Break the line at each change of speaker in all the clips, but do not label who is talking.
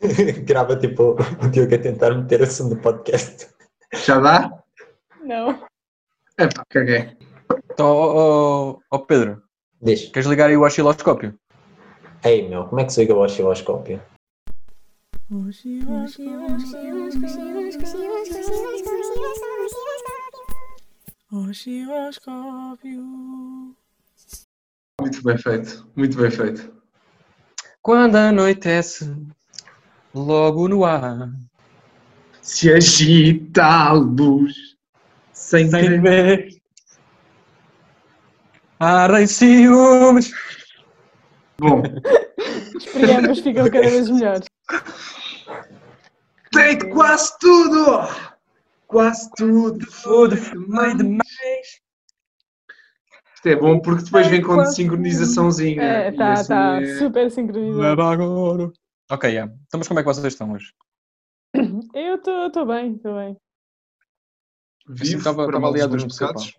Grava tipo o Diogo a tentar meter assunto no podcast.
Já dá?
Não.
É pá, caguei.
Então, ó ó- ó, Pedro,
Deixa.
queres ligar aí o osciloscópio?
Ei meu, como é que se liga o osciloscópio?
Muito bem feito, muito bem feito.
Quando anoitece, logo no ar,
Se agita a luz sem,
sem
querer.
ver, ar em ciúmes.
Bom,
Esperemos, ficam cada vez melhores.
tem de quase tudo! Quase tudo, foda-se,
Mãe
mãe
de
de
mãe.
Isto é bom porque depois vem com
Quase.
sincronizaçãozinha.
É,
E
tá,
assim
tá.
é-
Super sincronizado.
Ok, yeah. então mas como é que vocês estão hoje?
Eu estou bem, estou bem.
Vivo,
Assim, tava-
para
tava
mal
ali a
dos meus
dormir, sei lá.
pecados.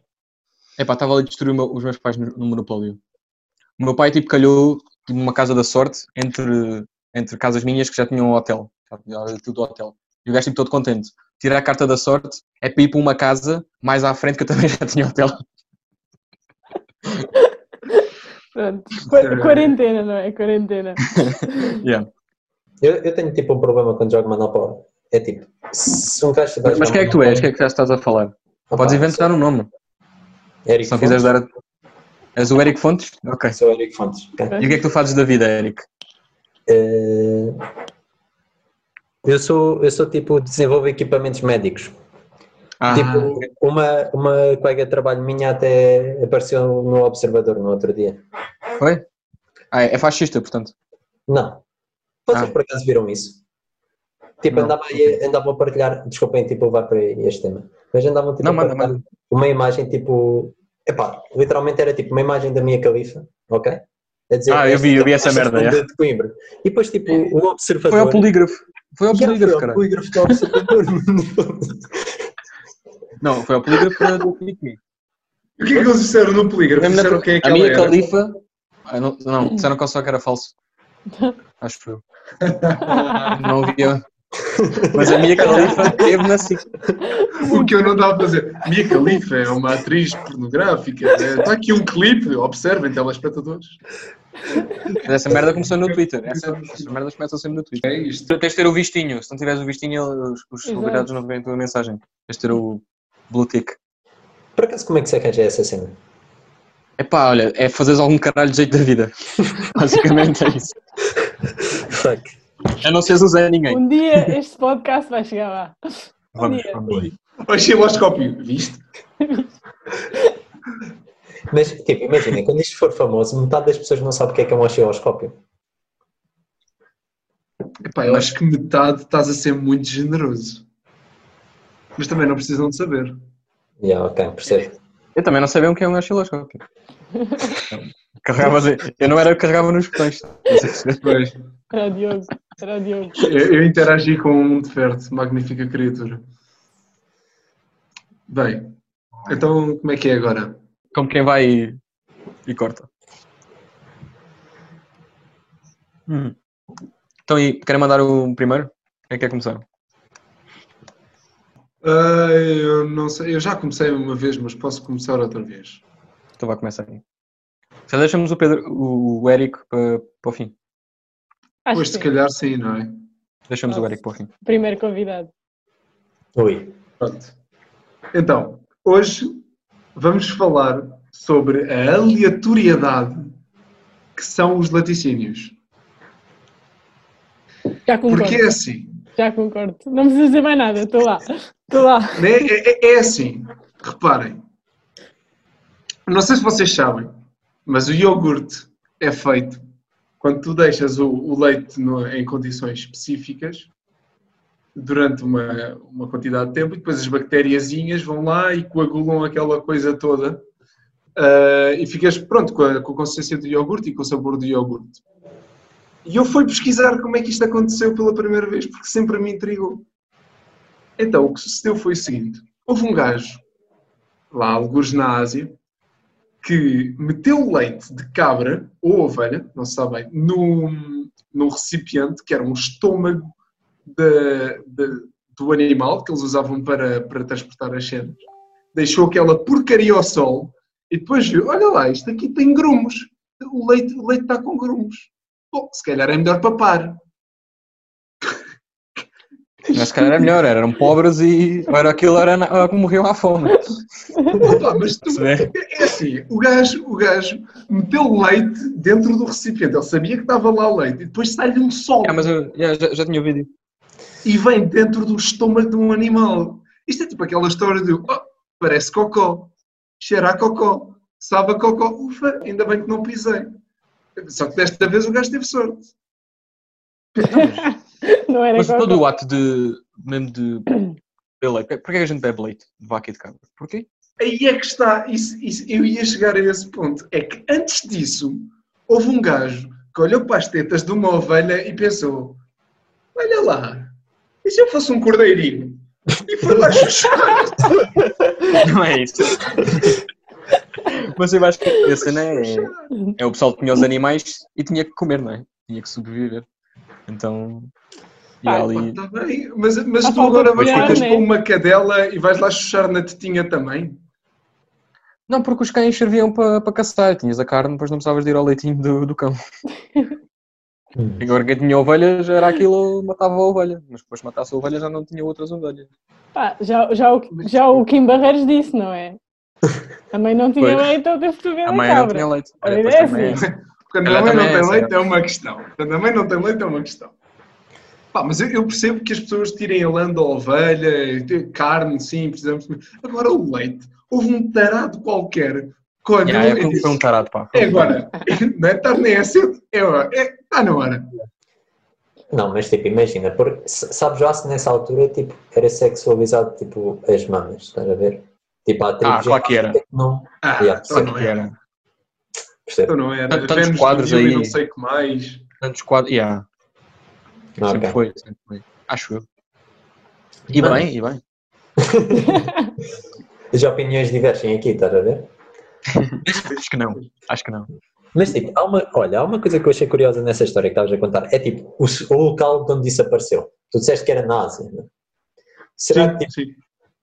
Epá, estava ali a destruir o meu- os meus pais no, no monopólio. O meu pai tipo calhou tipo, numa casa da sorte entre, entre casas minhas que já tinham um hotel. Já tinha ali tudo hotel. E o gajo tipo todo contente. Tirar a carta da sorte é para ir para uma casa mais à frente que eu também já tinha um hotel.
Pronto. Qua-
É.
Quarentena, não é? Quarentena.
Eu, eu tenho tipo um problema quando jogo Monopoly. É tipo, se um gajo
Mas quem é que tu és? Quem é que já estás a falar? Podes inventar um nome.
Eric
Se não quiseres dar. A... És o Eric Fontes? Ok.
Sou o Eric Fontes. ok.
E o que é que tu fazes da vida, Eric?
Eh, eu, sou, eu sou tipo, desenvolvo equipamentos médicos.
Ah,
Tipo, uma, uma colega de trabalho minha até apareceu no Observador no outro dia.
foi? Ah, é é fascista, portanto.
Não. Vocês
Ah.
por acaso viram isso? Tipo,
Não.
andavam, aí- andavam a partilhar, desculpem, tipo, vai para este tema, mas andavam tipo,
Não,
a
manda,
partilhar uma imagem tipo, epá, literalmente era tipo uma imagem da minha califa, ok? A dizer,
Ah, eu vi- eu vi
"Esta
essa
é a
merda,
faixa de
é."
De Coimbra. E depois tipo, o observador...
Foi ao polígrafo. Foi ao
Já foi
polígrafo,
ao
caralho.
polígrafo do observador.
Não, foi ao polígrafo para definir quem.
O que é que eles disseram no polígrafo?
Mesmo na-
Disseram quem é que
a
ela
minha
era.
califa. Ah, não, não, disseram que o soco era falso. Acho que eu. Não via. Mas a minha califa teve na SIC.
O que eu não estava a fazer. Mia Khalifa é uma atriz pornográfica. né? Está aqui um clipe, observem, telespectadores.
Mas essa merda começou no Twitter. Essa, essas merdas começam sempre no Twitter.
É isto.
Tu tens de ter o vistinho. Se não tiveres o vistinho, os, os
Exato.
convidados não veem a tua mensagem. Tens de ter o blue tick.
Por acaso, como é que se arranja essa cena?
Epá, olha, é fazeres algum caralho de jeito da vida. Basicamente é isso.
Fuck.
A não seres o Zé Ninguém.
Um dia este podcast vai chegar lá. Um
Vamos,
dia.
vamos.
um Osciloscópio, viste?
Mas, tipo, imagina, quando isto for famoso, metade das pessoas não sabe o que é que é um osciloscópio.
Epá, eu acho que metade estás a ser muito generoso. Mas também não precisam de saber.
Já, ok, percebo.
Eu também não sabia o que é um osciloscópio. Carregava, eu não era o que carregava nos botões.
Pois,
Era o Diogo. Era o Diogo.
eu, eu interagi com um Ferte, magnífica criatura. Bem, então como é que é agora?
Como quem vai e, e corta. Hum. Então, e querem mandar o primeiro? Quem é que quer começar?
Ah, eu não sei, eu já comecei uma vez, mas posso começar outra vez.
Então vai começar aqui. Já deixamos o Pedro, o Érico para, para o fim.
Acho que
Pois, se
sim.
calhar sim, não é?
Deixamos o
Nossa.
Érico para o fim.
Primeiro convidado.
Ui.
Pronto. Então, hoje vamos falar sobre a aleatoriedade que são os laticínios.
Já concordo.
Porque é assim,
Já concordo. Não preciso dizer mais nada. Estou lá. Estou lá.
né? é, é- é assim, reparem. Não sei se vocês sabem, mas o iogurte é feito quando tu deixas o, o leite no- em condições específicas durante uma, uma quantidade de tempo e depois as bactériazinhas vão lá e coagulam aquela coisa toda ah, e ficas pronto com a, com a consistência do iogurte e com o sabor do iogurte. E eu fui pesquisar como é que isto aconteceu pela primeira vez porque sempre me intrigou. Então, o que sucedeu foi o seguinte: houve um gajo, lá, alguns na Ásia, que meteu leite de cabra ou ovelha, não se sabe bem, no, num recipiente que era um estômago da- da- do animal que eles usavam para, para transportar as cenas. Deixou aquela porcaria ao sol e depois viu: olha lá, isto aqui tem grumos. O leite, o leite está com grumos. Bom, se calhar é melhor papar.
Mas se calhar era melhor, eram pobres e ou era aquilo, ou era, na- ou morriam à fome.
Opa, mas tu,
Isso é.
é assim, o gajo, o gajo meteu leite dentro do recipiente. Ele sabia que estava lá leite e depois sai-lhe um sol
Ah, mas eu já, já- já tinha ouvido.
e vem dentro do estômago de um animal. Isto é tipo aquela história de oh, parece cocó, cheira a cocó, sabe a cocó, ufa, ainda bem que não pisei. Só que desta vez o gajo teve sorte.
Não era
Mas
igual.
todo o ato de, mesmo de beber leite, porquê que a gente bebe leite de vaca e de cabra? Porquê?
Aí é que está, isso- isso- eu ia chegar a esse ponto. É que antes disso, houve um gajo que olhou para as tetas de uma ovelha e pensou: Olha lá, e se eu fosse um cordeirinho? E foi lá chuchar.
Não é isso. Mas eu acho que a cena é, é o pessoal que tinha os animais e tinha que comer, não é? Tinha que sobreviver. Então, e
Pá,
ali...
Está Tá bem, mas, mas
Ah,
tu
falta
agora vais
olhar,
ficas
né?
para uma cadela e vais lá chuchar na tetinha também?
Não, porque os cães serviam para para caçar. Tinhas a carne, depois não precisavas de ir ao leitinho do, do cão.
Hum.
Agora quem tinha ovelhas era aquilo, matava a ovelha. Mas depois matasse a ovelha já não tinha outras ovelhas.
Pá, Ah, já, já, o, já o Kim Barreiros disse, não é? A mãe não tinha
Pois.
leite, eu teve que beber
A
a
mãe não
É cabra.
tinha leite.
Olha,
Olha, pois
é
também
assim.
é.
Quando
Ela
a mãe não
também é
tem
essa,
leite é uma questão. Quando a mãe não tem leite é uma questão. Pá, mas eu, eu percebo que as pessoas tirem a lã da ovelha, e tem carne, sim, precisamos. comer. Agora o leite. Houve um tarado qualquer. Quando
Yeah, é
eu
como
disse,
foi um tarado, pá.
é agora. Não é tarde nem é cedo. É hora. É, está na hora.
Não, mas tipo, imagina, porque, s- sabes já se nessa altura tipo, era sexualizado tipo as mamas, estás a ver? Tipo, há tribos
Ah, claro
em
que era.
não,
Ah,
Yeah,
então, não
Que
era.
era.
percebe?
então não era.
Tantos
Vênus do
quadros
Gil e
aí.
Não sei o que mais.
Tantos quadros. Yeah,
Não,
sempre
ok.
foi, sempre foi. Acho eu. E
Mano.
bem, e bem.
As opiniões divergem aqui, estás a ver?
Acho que não. Acho que não.
Mas tipo, há uma, olha, há uma coisa que eu achei curiosa nessa história que estavas a contar, é tipo, o, s- o local de onde isso apareceu. Tu disseste que era na Ásia, não é? Será que tipo,
Sim, sim.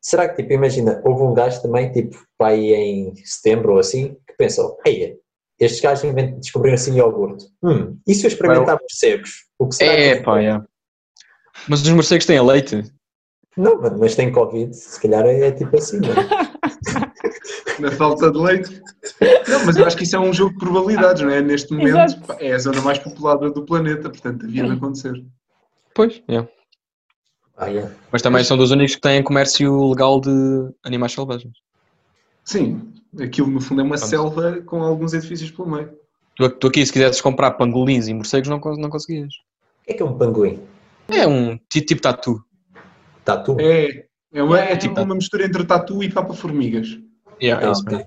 Será que, tipo, imagina, houve um gajo também, tipo, para aí em setembro ou assim, que pensou, ei, estes gajos invent- descobriram assim iogurte. Hum, e se eu experimentar morcegos? O que será
É,
que...
pá, yeah. Mas os morcegos têm leite.
Não, mano, mas tem Covid, se calhar é tipo assim, mano.
Na falta de leite. Não, mas eu acho que isso é um jogo de probabilidades, não é? Neste momento
Exato.
pá, é a zona mais populada do planeta, portanto havia de acontecer.
Pois, yeah.
Ah, yeah.
Mas também são dos únicos que têm comércio legal de animais selvagens.
Sim, aquilo no fundo é uma
Vamos.
selva com alguns edifícios pelo meio.
Tu, tu aqui, se quisesses comprar pangolins e morcegos, não, cons- não conseguias.
O que é que é um panguim? Tá
É um ti- tipo tatu.
Tatu?
É, é, uma- é tipo
É.
uma mistura entre tatu e papa-formigas.
Yeah, é
Ah,
isso mesmo.
ok.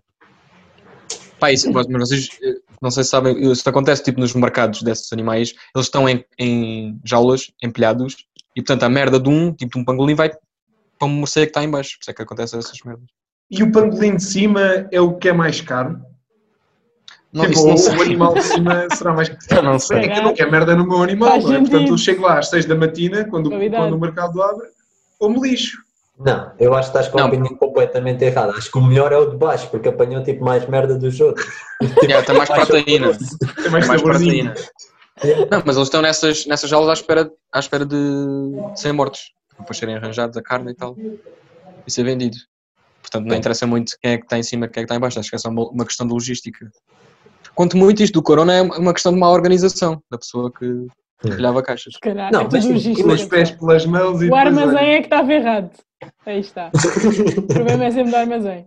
Pá, isso, mas vocês, eh, não sei se sabem, isso acontece tipo nos mercados desses animais, eles estão em, em jaulas, empilhados, e portanto a merda de um, tipo de um pangolim, vai para um morcego que está em baixo. Por isso é que acontecem essas merdas.
E o pangolim de cima é o que é mais caro.
Não,
Tipo,
isso não
o,
sei.
o animal de cima será mais caro.
Não
É
sei.
que eu não quero merda no meu animal,
Faz
não é? portanto eu
sentido.
chego lá às 6 da matina, quando,
Novidade.
quando o mercado abre, ou me lixo.
Não, eu acho que estás com a
Não.
opinião completamente errada. Acho que o melhor é o de baixo, porque apanhou, tipo, mais merda dos outros.
Yeah, tem mais proteína.
Tem É mais
Tem É mais
saborzinho.
proteína. Não, mas eles estão nessas, nessas jaulas à espera, à espera de, de serem mortos. Depois serem arranjados a carne e tal. E ser vendido. Portanto, não interessa muito quem é que está em cima, quem é que está em baixo. Acho que é só uma, uma questão de logística. Quanto muito isto do corona é uma questão de má organização da pessoa que calhava caixas.
Se calhar,
Não,
é
mas
tudo logística.
Com os pés pelas mãos e
O
depois, olha.
armazém é que estava errado. Aí está. O problema é sempre do armazém.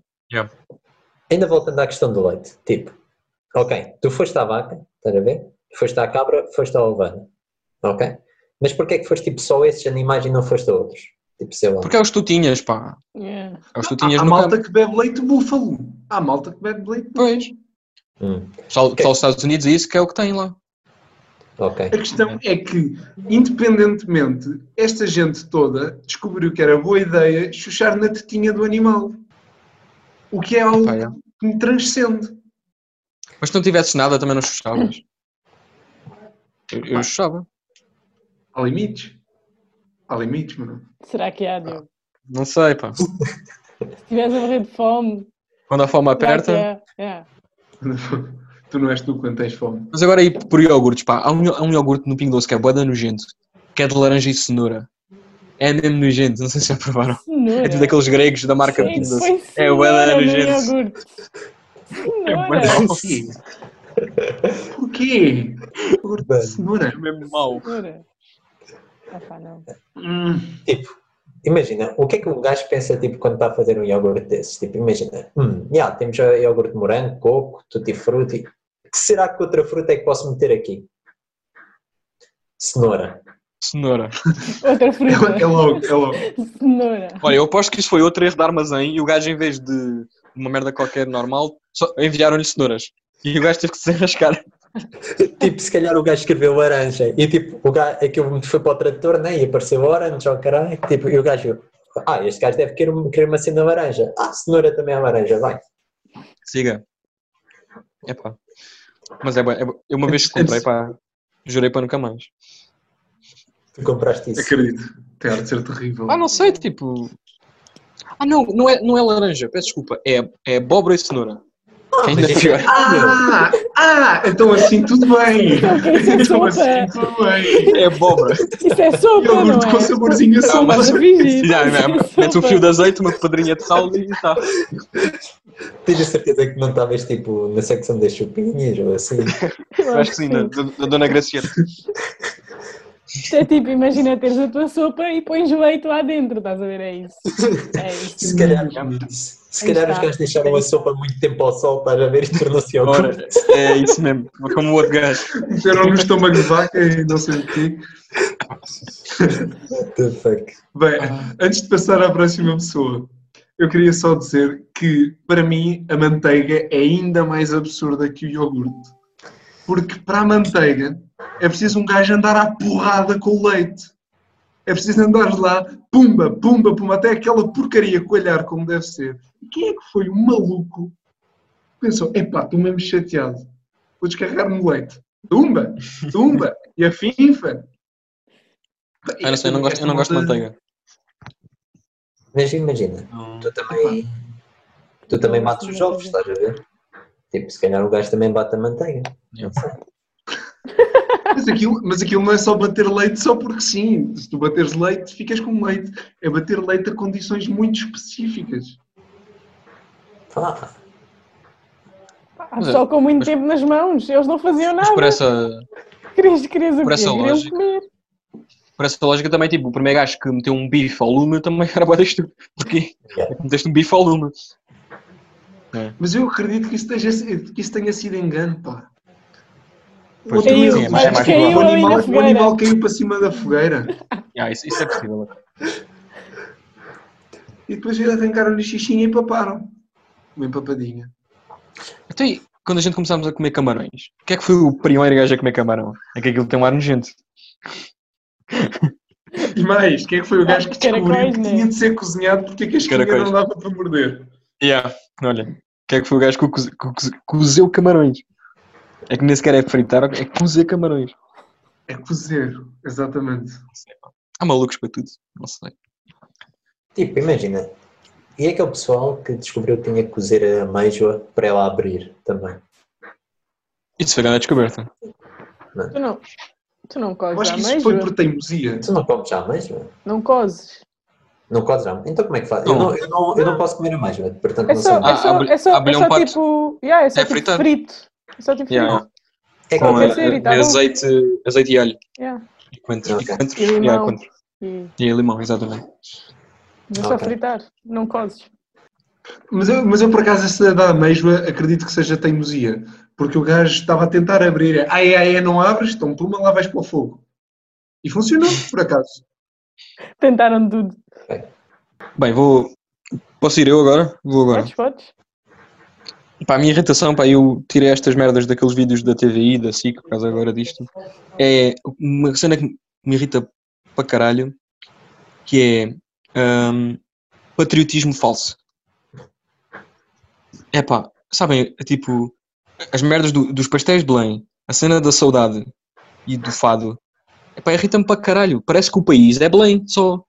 Ainda voltando à questão do leite, tipo, ok, tu foste à vaca, estás a ver? Foste à cabra, foste à ovelha, ok? Mas porquê é que foste tipo só esses animais e não foste a outros? Tipo, sei lá.
Porque é os que tu tinhas, pá.
Yeah.
É os que tu
Há,
tinhas
há
no
Ah, malta
campo.
que bebe leite de búfalo. Há malta que bebe leite de búfalo.
Pois.
Hum,
Só, só os Estados Unidos é isso que é o que tem lá.
ok.
A questão é que, independentemente, esta gente toda descobriu que era boa ideia chuchar na tetinha do animal. O que é algo
Pá, é.
que me transcende.
Mas se não tivesses nada também não chuchavas. Eu, eu chorava.
Há limites. Há limites, mano.
Será que há, Diogo?
Não sei, pá.
Se estivesse a morrer de fome,
Quando a fome
será que
aperta.
há? É.
Tu não és tu quando tens fome.
Mas agora aí por iogurtes, pá. Há um, há um iogurte no Pingo Doce que é boeda nojento, que é de laranja e cenoura. É mesmo nojento, não sei se já provaram.
Cenoura.
É tipo daqueles gregos da marca
Sim,
Pingo Doce.
põe
É bué
cenoura no
nojento.
iogurte. Cenoura.
É bué
Porquê? Porquê? Iogurte de Cenoura.
É mesmo mau.
Cenoura. Ah, pá, não.
Hum.
Imagina, o que é que o gajo pensa tipo, quando está a fazer um iogurte desses? Tipo, imagina, hum, yeah, temos já iogurte de morango, coco, tutti-frutti. Que será que outra fruta é que posso meter aqui? Cenoura.
Cenoura.
Outra
É, é
fruta.
logo, é logo.
Cenoura.
Olha, eu aposto que isso foi outro erro de armazém e o gajo, em vez de uma merda qualquer normal, só enviaram-lhe cenouras. E o gajo teve que se desenrascar.
Tipo, se calhar o gajo escreveu laranja e tipo, o gajo, aquilo foi para o tradutor, né? E apareceu orange, oh caralho. Tipo, e o gajo, ah, este gajo deve querer, um- querer uma cena laranja. Ah, cenoura também é laranja, vai.
Siga. Epá. Mas é bom. Eu uma vez que comprei, pá. Jurei para nunca mais.
Tu compraste isso.
Acredito. Tem ar de ser terrível.
Ah, não sei, tipo. Ah, não, não é, não é laranja, peço desculpa. É, é abóbora e cenoura. Que ainda é pior.
Ah, ah, então assim tudo bem.
Então, ok, isso é
Então
sopa.
assim tudo bem.
É abóbora.
Isso é sopa, não
Iogurte
é?
com saborzinho a
Não,
sopa.
mas-
Fingir,
Já,
isso é
já, Mete um
sopa.
fio de azeite, uma pedrinha de sal e tá.
Tenho a certeza que não estavas tipo na secção das chupinhas ou assim.
Eu
Acho que sim, da, da- da Dona Graciela.
Isto é tipo, imagina teres a tua sopa e pões leite lá dentro, estás a ver? É isso. É isso.
Se calhar,
Hum.
se calhar os
está.
gajos deixaram a sopa muito tempo ao sol, estás a ver, e tornou-se
Ora,
iogurte.
é isso mesmo. Como o outro gajo.
Meteram no um estômago de vaca e não sei o quê.
What the fuck?
Bem, antes de passar à próxima pessoa, eu queria só dizer que, para mim, a manteiga é ainda mais absurda que o iogurte. Porque para a manteiga é preciso um gajo andar à porrada com o leite. É preciso andar lá, pumba, pumba, pumba, até aquela porcaria coalhar como deve ser. E quem é que foi um maluco que pensou, epá, estou mesmo chateado, vou descarregar no leite. Tumba, tumba, e a finfa. é
Ah, não sei, eu não gosto, eu não gosto de manteiga.
Mas imagina, tu também, tu também matas os ovos, estás a ver? Tipo, se calhar o gajo também bate a manteiga. Não sei.
Mas aquilo, mas aquilo não é só bater leite só porque sim. Se tu bateres leite, ficas com leite. É bater leite a condições muito específicas.
Ah,
Há pessoal com muito tempo nas mãos, eles não faziam
Mas por
nada.
essa,
Querias, querias o
por
quê?
essa
Queriam
lógica-
comer.
por essa lógica também, tipo, o primeiro gajo que meteu um bife ao lume também era boa tu. Porquê? É que Meteste um bife ao lume.
Mas eu acredito que isso, esteja- que isso tenha sido engano, pá.
Pois,
Outro erro.
Caiu,
mas é mais
o,
provável.
Caiu ali
animal,
na
o
fogueira.
animal caiu para cima da fogueira.
Ah, isso, isso é possível.
E depois eles arrancaram-lhe o xixinho e empaparam. Uma empapadinha.
Até aí, Então, quando a gente começámos a comer camarões, o que é que foi o primeiro gajo a comer camarão? É que aquilo tem um ar nojento.
E mais, quem é que foi o gajo que
Caracóis,
descobriu que
né?
tinha de ser cozinhado porque é que a esquina não
Caracóis.
dava para morder?
Yeah, olha. O que é que foi o gajo que, o coze- que o coze- cozeu camarões? É que nem sequer é fritar, é cozer camarões.
É cozer, exatamente.
Há malucos para tudo. Não sei.
tipo, imagina. E é aquele pessoal que descobriu que tinha que cozer a amêijoa para ela abrir também.
Isso foi grande descoberta.
Tu não, tu não
Eu
cozes
acho
a
que isso foi
amêijoa?
por teimosia.
Tu não comes já amêijoa?
Não cozes.
Não comes já amêijoa? Então como é que faz? Eu
Não.
não, eu não, eu não posso comer amêijoa, portanto
É
não sei.
só, é
amêijoa.
só,
Ah,
é só, é
abri- abri um
só
pato.
tipo, yeah, é só
É
tipo
fritado.
frito. É só tipo
Yeah.
frito.
É
Com
Pode
qualquer
a-
ser,
coisa.
e tá bom.
azeite, azeite e alho.
Yeah.
E coentros.
Ok.
E, coentros,
E limão.
yeah, coentros.
E
E limão, exatamente.
é só
Ok.
fritar, não cozes.
Mas eu, mas eu, por acaso, essa da amêijoa acredito que seja teimosia. Porque o gajo estava a tentar abrir. é, Ai, ai, ai, não abres? Então, puma, lá vais para o fogo. E funcionou, por acaso.
Tentaram tudo.
Bem, vou. Posso ir eu agora? Vou agora.
Podes, podes?
Pá, a minha irritação, pá, eu tirei estas merdas daqueles vídeos da TVI, da SIC, por causa agora disto. É uma cena que me irrita para caralho, que é hum, patriotismo falso. É pá, sabem, é tipo, as merdas do- dos pastéis de Belém, a cena da saudade, e do fado, epá, irrita-me para caralho. Parece que o país é Belém, só.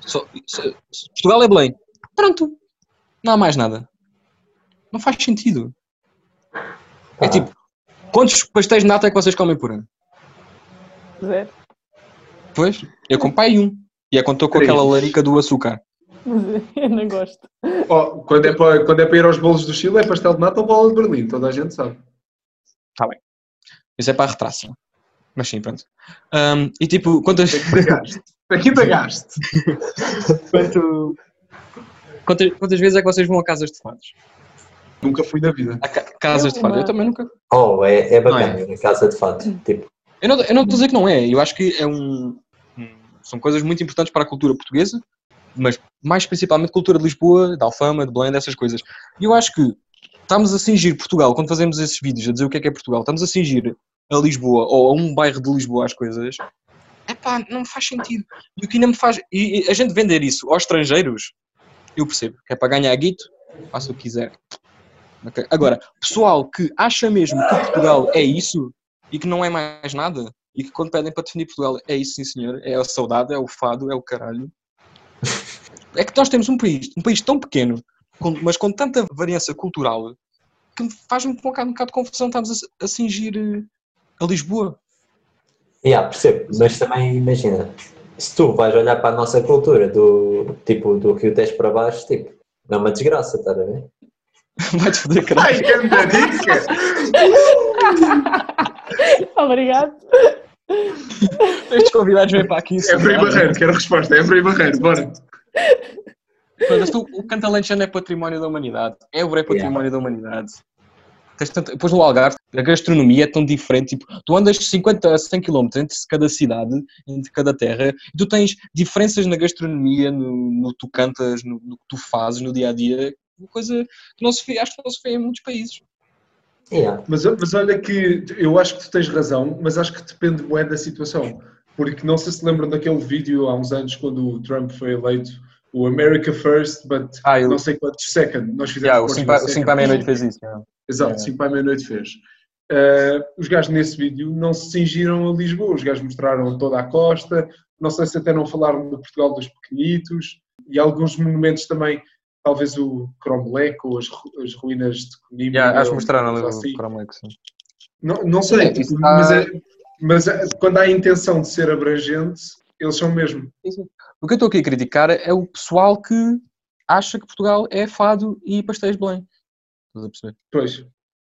só, só Portugal é Belém. Pronto. Não há mais nada. Não faz sentido. É
Ah.
tipo, quantos pastéis de nata é que vocês comem por ano?
Zero.
Pois, eu comprei um. E é quando estou com
Três.
aquela larica do açúcar.
Eu não gosto.
Oh, quando, é para, quando é para ir aos bolos do Chile, é pastel de nata ou bola de Berlim, toda a gente sabe.
Isso é para a retração. Mas sim, pronto. Ahm, e tipo, quantas,
Pagaste. Aqui pagaste.
quanto- quantas, quantas vezes é que vocês vão a casas de fados?
Nunca fui na vida.
A ca- casas de fados? Eu também nunca.
Oh, é, é bacana,
Não Hum.
na casa de fato. Tipo,
Eu não eu não estou a dizer que não é. Eu acho que é um, um- São coisas muito importantes para a cultura portuguesa, mas mais principalmente cultura de Lisboa, da Alfama, de Belém, dessas coisas. E eu acho que estamos a cingir Portugal, quando fazemos esses vídeos a dizer o que é que é Portugal, estamos a cingir a Lisboa ou a um bairro de Lisboa as coisas. Epá, não faz sentido. E o que ainda me faz. E e a gente vender isso aos estrangeiros, eu percebo, que é para ganhar guito, faça o que quiser. Ok. Agora, pessoal que acha mesmo que Portugal é isso e que não é mais nada, e que quando pedem para definir Portugal é isso, sim senhor, é a saudade, é o fado, é o caralho. É que nós temos um país, um país tão pequeno, com- mas com tanta variância cultural, que me faz-me um bocado, um bocado de confusão estamos a, a cingir eh, a Lisboa.
yeah, percebo, mas também imagina, se tu vais olhar para a nossa cultura do tipo do Rio Tejo para baixo, tipo, não é uma desgraça, estás a ver?
Vai-te foder, caralho.
Ai, que é, me dica!
Obrigado.
Estes convidados vêm para aqui.
É Frei
senhor.
Barreiro, quero a resposta. É Frei Barreiro, bora.
Mas tu, o Cantalanchana é património da humanidade. Évora é património da humanidade. Tens tanto- Depois no Algarve, a gastronomia é tão diferente. Tipo, tu andas 50 a 100 km entre cada cidade, entre cada terra, e tu tens diferenças na gastronomia, no, no que tu cantas, no, no que tu fazes no dia a dia. Uma coisa que não se vê, acho que não se vê em muitos países.
Yeah.
Mas, mas olha que eu acho que tu tens razão, mas acho que depende bué da situação. Porque não sei se lembram daquele vídeo há uns anos quando o Trump foi eleito, o America First, but
Ah, eu-
não sei quantos second. Nós fizemos
Yeah, o
quantos
5 à
second.
cinco à meia-noite fez isso. yeah.
Exato,
É.
5 à meia-noite fez. Ah, os gajos nesse vídeo não se cingiram a Lisboa, os gajos mostraram toda a costa, não sei se até não falaram do Portugal dos Pequenitos e alguns monumentos também, talvez o Cromlech ou as, ru- as ruínas de Coimbra.
Yeah, acho que
ou
mostraram ali
coisa assim.
o Cromlech. sim.
Não, não sei,
É,
tipo,
isso
mas,
tá-
é- mas é- quando há a intenção de ser abrangente, eles são mesmo.
O que eu estou aqui a criticar é o pessoal que acha que Portugal é fado e pastéis de Belém. Estás a perceber?
Pois,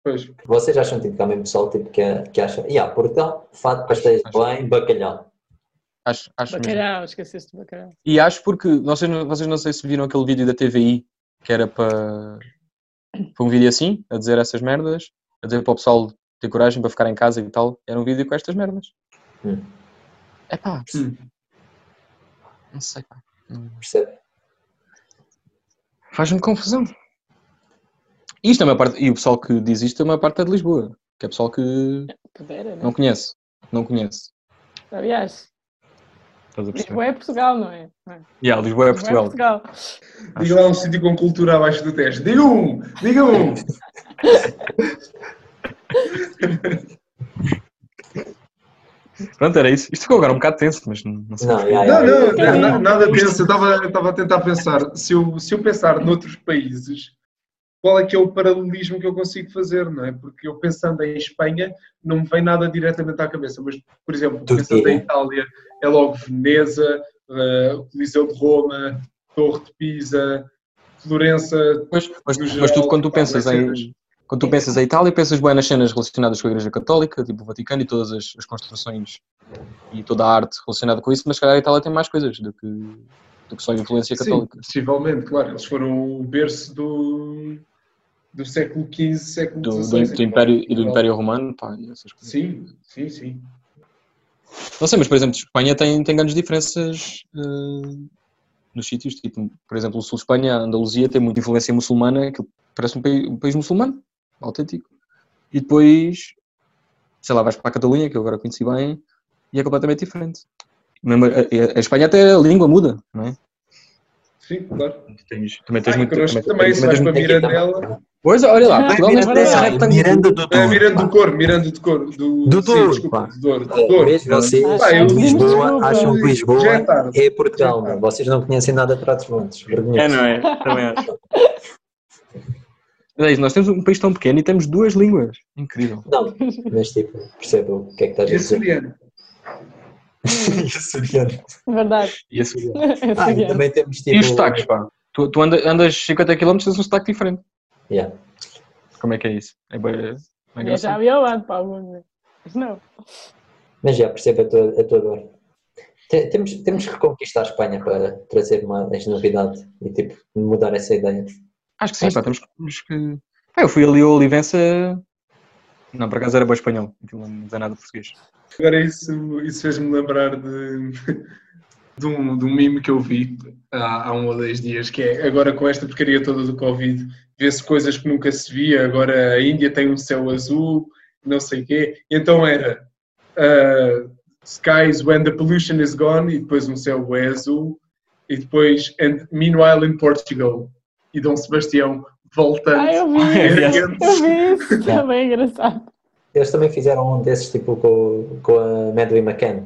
pois.
Vocês acham tipo, que há mesmo pessoal tipo, que, que acha, yeah, Portugal, fado, pastéis de
Acho-
Belém, bacalhau.
Acho, acho mesmo.
Bacalhau, esqueceste do bacalhau.
E acho porque vocês, não- vocês não sei se viram aquele vídeo da TVI que era para foi um vídeo assim, a dizer essas merdas, a dizer para o pessoal ter coragem para ficar em casa e tal. Era um vídeo com estas merdas.
Hum.
É pá.
Hum.
Não sei, pá.
Percebe?
Faz-me confusão. Isto é a maior parte, e o pessoal que diz isto, a maior parte é de Lisboa, que é pessoal que
Pudera,
não
né?
conhece. Não conhece.
Aliás,
Estás a perceber?
Lisboa é Portugal, não é? Não é?
Yeah, Lisboa é
Lisboa
Portugal.
Portugal.
Diga lá um sítio com cultura abaixo do teste. Diga um! Diga um!
Pronto, era isso. Isto ficou agora um bocado tenso, mas não, não sei.
Não, yeah,
Não,
yeah,
não,
yeah.
não, não, nada penso. Eu estava a tentar pensar. Se eu, se eu pensar noutros países, qual é que é o paralelismo que eu consigo fazer, não é? Porque eu pensando em Espanha, não me vem nada diretamente à cabeça. Mas, por exemplo,
Turquia.
pensando em Itália, é logo Veneza, eh, o Coliseu de Roma, Torre de Pisa, Florença.
Mas, mas,
No
mas tu,
geral,
quando tu
pá,
pensas
vai ser
em quando tu pensas em Itália, pensas bem nas cenas relacionadas com a Igreja Católica, tipo o Vaticano e todas as, as construções e toda a arte relacionada com isso, mas se calhar a Itália tem mais coisas do que, do que só a influência
Sim,
católica.
possivelmente, claro. Eles foram o berço do, do século XV, século
Do, do-
XVI.
do Império e do Império Romano, pá, e essas coisas.
Sim, sim, sim.
Não sei, mas por exemplo, Espanha tem, tem grandes diferenças eh, nos sítios, tipo, por exemplo, o sul de Espanha, a Andaluzia tem muita influência muçulmana, que parece um país, um país muçulmano, autêntico. E depois, sei lá, vais para a Catalunha, que eu agora conheci bem, eh, e é completamente diferente. Mesmo a, a- a Espanha até a língua muda, não é?
Sim, claro.
Tens- também tens
Ah,
muito.
Cruz
Também, é
também, se vais
também tens
para
muito.
Mirandela.
Pois, olha lá,
Ah,
Portugal nem
Miranda,
parece
ah,
retângulo.
Miranda do
É,
Douro.
Miranda do Cor, Miranda do Cor. Do,
Do
sim,
Douro,
desculpa,
pá.
do Douro. Do
Oh,
Douro.
mesmo vocês,
Pá, eu-
Lisboa,
Desculpa.
acham que Lisboa
Já é tarde.
é Portugal, meu. vocês não conhecem nada para outros mundos.
É,
vergonhoso.
não é? Também acho. Mas é isso, nós temos um país tão pequeno e temos duas línguas. Incrível.
Não, mas tipo, percebo o que é que estás a
E a
dizer.
Soriana.
Isso, Adriano.
É Verdade.
E, esse- e
É
Ah, e
surreal.
também temos tipo.
os sotaques, pá? Tu, tu anda- andas 50 km tens um sotaque diferente.
Yeah.
Como é que é isso? É bem. É
Eu já
engraçado.
vi ao lado, pá, alguns. Mas não.
Mas já percebo a tua, a tua dor. Te- Temos, temos que reconquistar a Espanha para trazer mais novidade e tipo mudar essa ideia.
Acho que sim, pá, temos, que- temos que. Pá, eu fui ali ao Olivença. Não, por acaso era bom espanhol, aquilo não é nada português.
Agora isso, isso fez-me lembrar de, de, um, de um mimo que eu vi há, há um ou dois dias, que é agora com esta porcaria toda do Covid, vê-se coisas que nunca se via, agora a Índia tem um céu azul, não sei o quê. Então era ah, Skies when the pollution is gone, e depois um céu bué azul, e depois and Meanwhile in Portugal, e Dom Sebastião voltando.
Ah,
é
eu vi isso. Eu vi isso.
Tá.
Yeah.
Também é engraçado.
Eles também fizeram um desses tipo com, com a Madeleine McCann.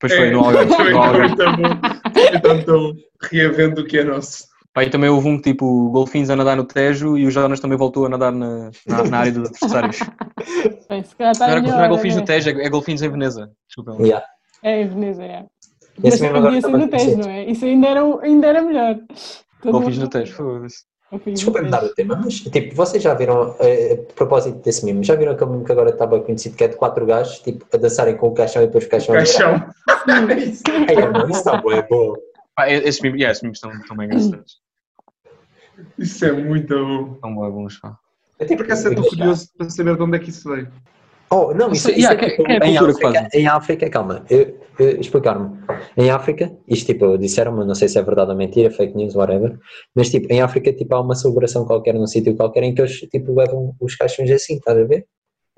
Depois
É.
foi no Algarve.
Também
no
está
Algarve.
muito bom. Então estou reavendo o que é nosso.
Pá, e também houve um que tipo golfinhos a nadar no Tejo e o Jonas também voltou a nadar na, na, na área dos adversários.
Bem, se calhar está
Não, era,
melhor,
não é golfinhos
né?
no Tejo, é, é golfinhos em Veneza. Desculpa. um lá.
Yeah.
É, em Veneza, é. Mas
Esse mesmo agora
podia ser
estava
no
a
Tejo, não
dizer.
é? Isso ainda era, o- ainda era melhor. Todo
Golfinhos
mundo-
no Tejo, foda-se.
Golfinhos no
Desculpa
Tejo.
mudar o tema, mas tipo, vocês já viram, eh, a propósito desse mimo, já viram aquele mimo que agora estava conhecido que é de quatro gajos, tipo, a dançarem com o caixão e depois o caixão.
Caixão.
Ai, não, isso está bom, é bom.
Pá, é- esses mimos yeah, esses mimos estão estão bem engraçados.
Isso é muito bom.
Estão bem bons, pá.
Eu, tipo,
Por acaso estou curioso para saber de onde é que isso veio.
Oh, não,
Mas,
isso, isso
yeah,
é
quem-
tipo,
quem é a
em,
cultura que
África, em África, calma, eu, eu- explicar-me. Em África, isto tipo, disseram-me, não sei se é verdade ou mentira, fake news, whatever, mas tipo, em África tipo, há uma celebração qualquer num sítio qualquer em que eles tipo, levam os caixões assim, estás a ver?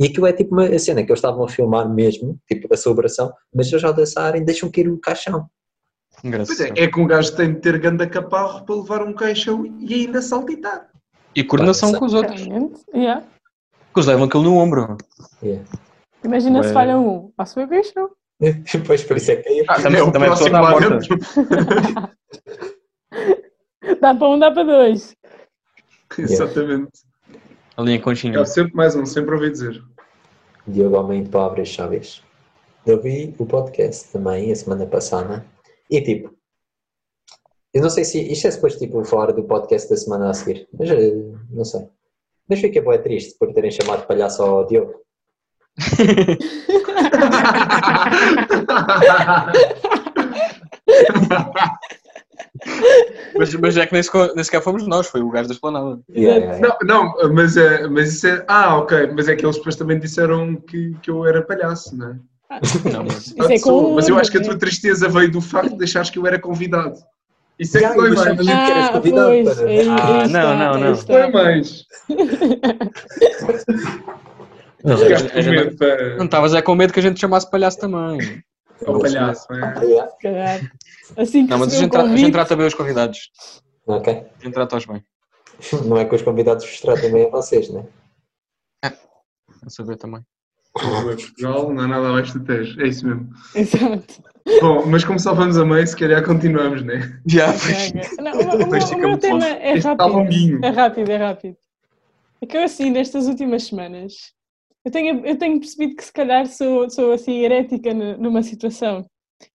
E aquilo é tipo uma cena que eles estavam a filmar mesmo, tipo a celebração, mas eles ao dançarem deixam cair o caixão.
Pois
Engraçado.
é, é que um gajo tem de ter ganda caparro para levar um caixão e ainda saltitar.
E coordenação com os outros.
Realmente, yeah.
Que os levam aquilo no ombro.
Yeah.
Imagina se
Ué.
falha um. Passo o queixo.
Pois por isso é que caiu.
Ah, também,
É o
também a
próximo
pessoa está à
lá
porta.
dentro.
Dá para um, dá para dois.
Exatamente.
Ali em Conchinha.
Há sempre mais um, sempre ouvi dizer.
Diogo Almeida Palavras Chaves. Eu vi o podcast também a semana passada e tipo, eu não sei se isto é depois tipo falar do podcast da semana a seguir, mas eh, não sei. Mas fiquei bem triste por terem chamado palhaço ao Diogo.
Mas, mas é que nem sequer nem sequer fomos nós, foi o gajo da esplanada.
Yeah, yeah, yeah.
Não, não mas, é, mas isso é. Ah, ok. Mas é que eles depois também disseram que, que eu era palhaço, não é? Ah,
Não, mas-
Ah, Isso é com um,
mas eu acho que a
né?
tua tristeza veio do facto de achares que eu era convidado. Isso é
Yeah,
que dói
eu
mais.
achava mesmo que eras
Ah,
convidado
pois. é
para-
aí- aí
Ah,
está,
não, não,
aí
não.
está.
Dói mais.
Não, não,
Ficaste
Eu
com
já
medo
Não
para
estavas é com medo que a gente te chamasse palhaço também.
ao palhaço, não é?
yeah.
Caralho. Assim que
Não, mas a
recebi o
gente, tra- a gente
convite,
trata bem os convidados.
Ok.
A gente trata-os bem.
Não é que os convidados vos tratem bem a vocês, né?
A saber também.
Portugal, não há nada abaixo do Tejo. É isso mesmo.
Exato.
Bom, mas como só vamos a meio, se calhar continuamos, né?
Já, pois.
Caga. Não, o, meu- o
Depois
meu- o
fica
meu
muito
tema
longo.
é
Este está
rápido.
longuinho.
É rápido, é rápido. É que eu assim, nestas últimas semanas, eu tenho, eu tenho percebido que se calhar sou, sou assim herética nu- numa situação.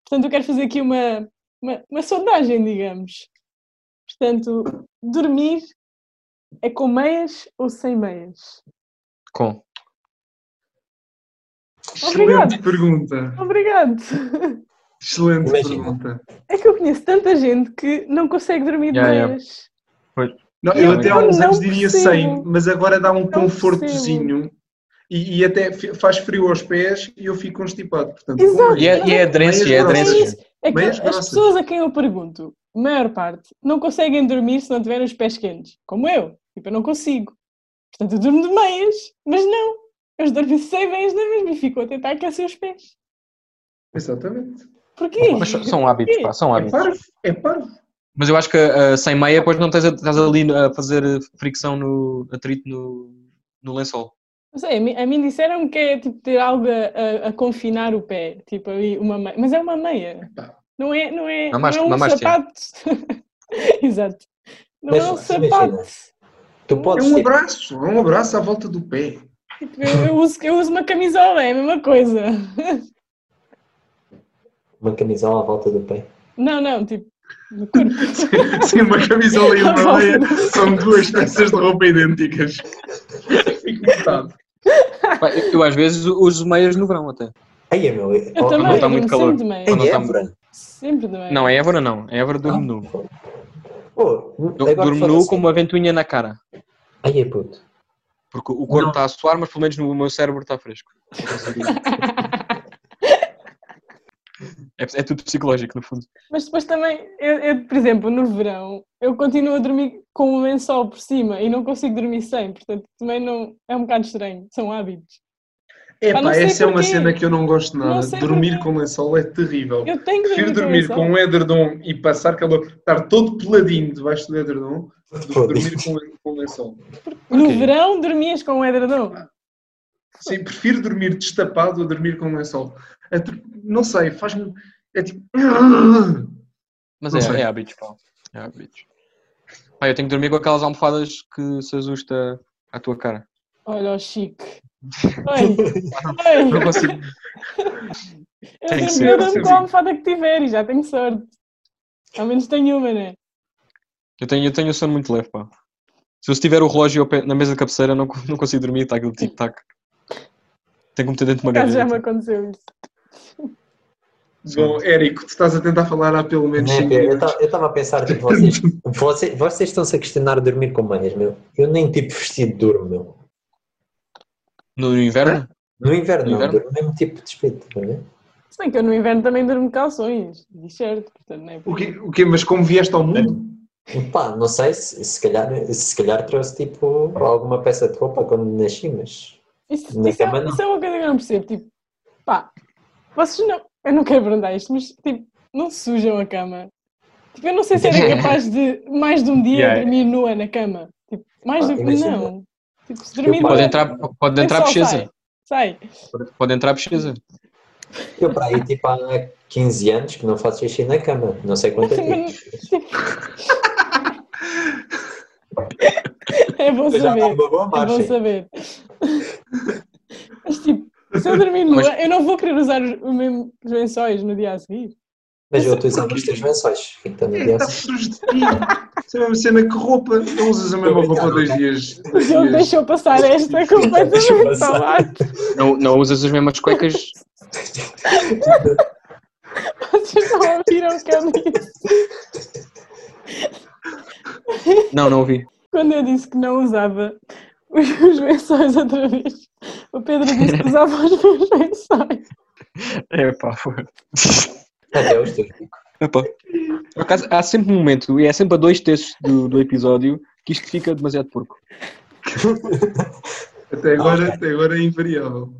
Portanto, eu quero fazer aqui uma, uma, uma sondagem, digamos. Portanto, dormir é com meias ou sem meias?
Com.
Obrigado.
Excelente pergunta.
Obrigado!
Excelente
Imagina.
pergunta.
É que eu conheço tanta gente que não consegue dormir de
Yeah, yeah.
meias.
Não,
Eu
eu até há uns
não
anos diria
percebo.
100, mas agora dá um
percebo.
confortozinho e, e até fi- faz frio aos pés e eu fico constipado. Portanto,
Exato.
como é?
E é, e é aderência, é
Meias grossas.
aderência.
É que
Meias
as
grossas.
pessoas a quem eu pergunto, a maior parte, não conseguem dormir se não tiverem os pés quentes, como eu. Tipo, eu não consigo. Portanto, eu durmo de meias, mas não. Eu dormi sem meias na mesma e fico a tentar aquecer os pés.
Exatamente.
Porquê?
Mas são hábitos, pá, são
É
hábitos.
parvo. É parvo.
Mas eu acho que a 100 meia, depois não tens, a- estás ali a fazer fricção no atrito no, no lençol.
Não sei, a mim, a mim disseram que é tipo ter algo a, a- a confinar o pé, tipo ali uma meia. Mas é uma meia.
Epá.
Não é, não é,
Uma máscara-
não
uma
é um
máscara.
sapato. Exato. Não
Mas
é um
se imagina.
sapato.
Tu
É
podes
um
tipo,
abraço, é um abraço à volta do pé.
Tipo, Eu, eu uso, eu uso uma camisola, é a mesma coisa.
uma camisola à volta do pé.
Não, não, tipo, no corpo.
Sem uma camisola e uma meia, são duas peças de roupa idênticas. Fico notado.
Pá, eu, eu às vezes uso meias no verão até.
Aí, meu,
Eu
oh,
também,
não tá muito
sempre
calor.
de meia.
Em
Quando tá-
Évora?
Sempre de meia.
Não, é Évora não. É Évora dorme nu.
Pô,
Du-
Ah, Oh, agora
Durmo
falando
nu
assim-
com uma ventoinha na cara.
Aí, puto.
Porque o corpo
Não.
está a suar, mas pelo menos o meu cérebro está fresco. É, é tudo psicológico, no fundo.
Mas depois também, eu, eu, por exemplo, no verão, eu continuo a dormir com um lençol por cima e não consigo dormir sem, portanto, também não é um bocado estranho, são hábitos. Pá, não
Epá,
sei
essa é uma
porquê.
cena que eu não gosto
Não
nada.
sei
Dormir
porquê.
com lençol é terrível.
Eu tenho que
Prefiro dormir
dormir, com
com
lençol.
um edredom e passar calor, estar todo peladinho debaixo do edredom, do que dormir com, com lençol. um-
No
Ok.
verão dormias com um edredom.
Sim, prefiro dormir destapado a dormir com lençol. É tr- Não sei, faz-me. É tipo.
Mas
Não
é,
sei.
é hábitos, pá. É hábitos. Pá, eu tenho que dormir com aquelas almofadas que se ajusta à tua cara.
Olha o chique. Oi,
Não
oi.
consigo. Tem
Eu
que
dormi-
ser,
eu
tem que
durmo
ser.
com a almofada que tiver e já tenho sorte. Ao menos tenho uma, né?
Eu tenho, eu tenho o sono muito leve, pá. Se eu tiver o relógio ao pé- na mesa de cabeceira, não, co- não consigo dormir, está aquele tic-tac. Tenho que meter dentro de é uma
Por acaso já me
gaveta.
aconteceu isso.
Bom, Érico, tu estás a tentar falar há pelo menos 5
é Eu
minutos.
estava a pensar, tipo, vocês, vocês, vocês estão-se a questionar dormir com meias, meu. Eu nem tipo vestido durmo, meu.
No inverno?
No inverno,
No
não,
inverno?
durmo mesmo tipo despido, não é?
Se bem que eu no inverno também durmo de calções, de t-shirt, portanto, não é
O quê? O quê? Mas como vieste ao
É.
mundo?
Hum. Pá, não sei, se, se, calhar, se calhar trouxe tipo alguma peça de roupa quando nasci, mas.
Isso,
Na
isso é,
cama, não.
isso é uma coisa que eu não percebo. Tipo, pá, vocês não. Eu não quero perguntar isto, mas tipo, não sujam a cama. Tipo, eu não sei se era capaz de mais de um dia
Yeah.
dormir nua na cama. Tipo, mais
Pá,
do que
imagina.
não. Tipo, se dormir
Eu
nua.
Pode entrar, É pode entrar
lençol,
pesquisa.
sai, Sai.
Pode entrar pesquisa.
Eu para aí tipo há 15 anos que não faço xixi na cama, não sei quanto tempo.
Mas, É bom
Eu já dá
saber.
uma boa
É bom
margem.
saber. Mas tipo, se eu dormir nua, eu não vou querer usar os, o mesmo- os lençóis no dia a seguir.
Mas eu utilizava os teus lençóis. Então, não
É, está
adianta.
sujo de ti. Essa mesma cena que roupa. Não usas a mesma roupa dois dias.
O
Dois
Diogo
dias.
deixou passar esta completamente
passar.
ao lado.
Não, não usas as mesmas cuecas.
Vocês não ouviram o que eu disse.
Não, não ouvi.
Quando eu disse que não usava os meus lençóis outra vez, o Pedro disse que usava os meus lençóis.
É pá,
Até os teus.
Por acaso, há sempre um momento, e é sempre a dois terços do, do episódio, que isto fica demasiado porco.
Até agora, até agora é invariável.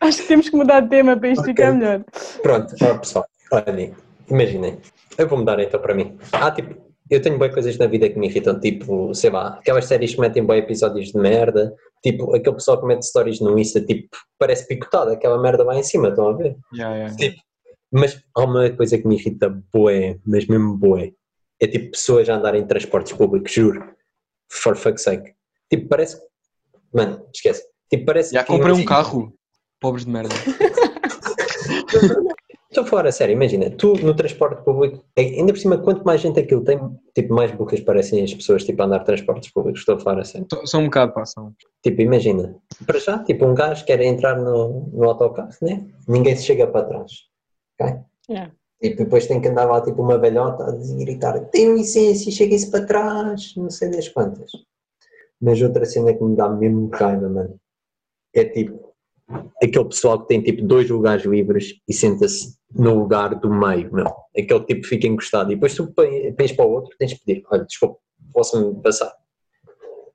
Acho que temos que mudar de tema para isto
Ok.
ficar melhor.
Pronto, ó, pessoal, olhem, imaginem. Eu vou mudar então para mim. Ah, tipo, eu tenho boas coisas na vida que me irritam, tipo, sei lá, aquelas séries que metem boi episódios de merda, tipo, aquele pessoal que mete stories no Insta, tipo, parece picotada, aquela merda lá em cima, estão a ver? Mas há uma coisa que me irrita bué, mas mesmo bué. É tipo pessoas a andarem em transportes públicos, juro. For fuck's sake. Tipo, parece. Mano, esquece. Tipo, parece.
Já
que-
comprei um carro. Pobres de merda.
Estou a falar a sério, imagina, tu no transporte público, é, ainda por cima, quanto mais gente aquilo tem, tipo, mais bocas parecem as pessoas tipo, a andar transportes públicos, estou a falar a sério.
São- São um bocado, pá, são.
Tipo, imagina, para já, tipo, um gajo quer entrar no, no autocarro, né? Ninguém se chega para trás.
Yeah.
E depois tem que andar lá, tipo, uma velhota a gritar: tem licença, cheguem-se para trás, não sei das quantas. Mas outra cena que me dá mesmo raiva, mano, é tipo, aquele pessoal que tem tipo dois lugares livres e senta-se no lugar do meio, meu. Aquele tipo que fica encostado e depois tu pe- pens para o outro, tens de pedir: olha, desculpa, posso-me passar.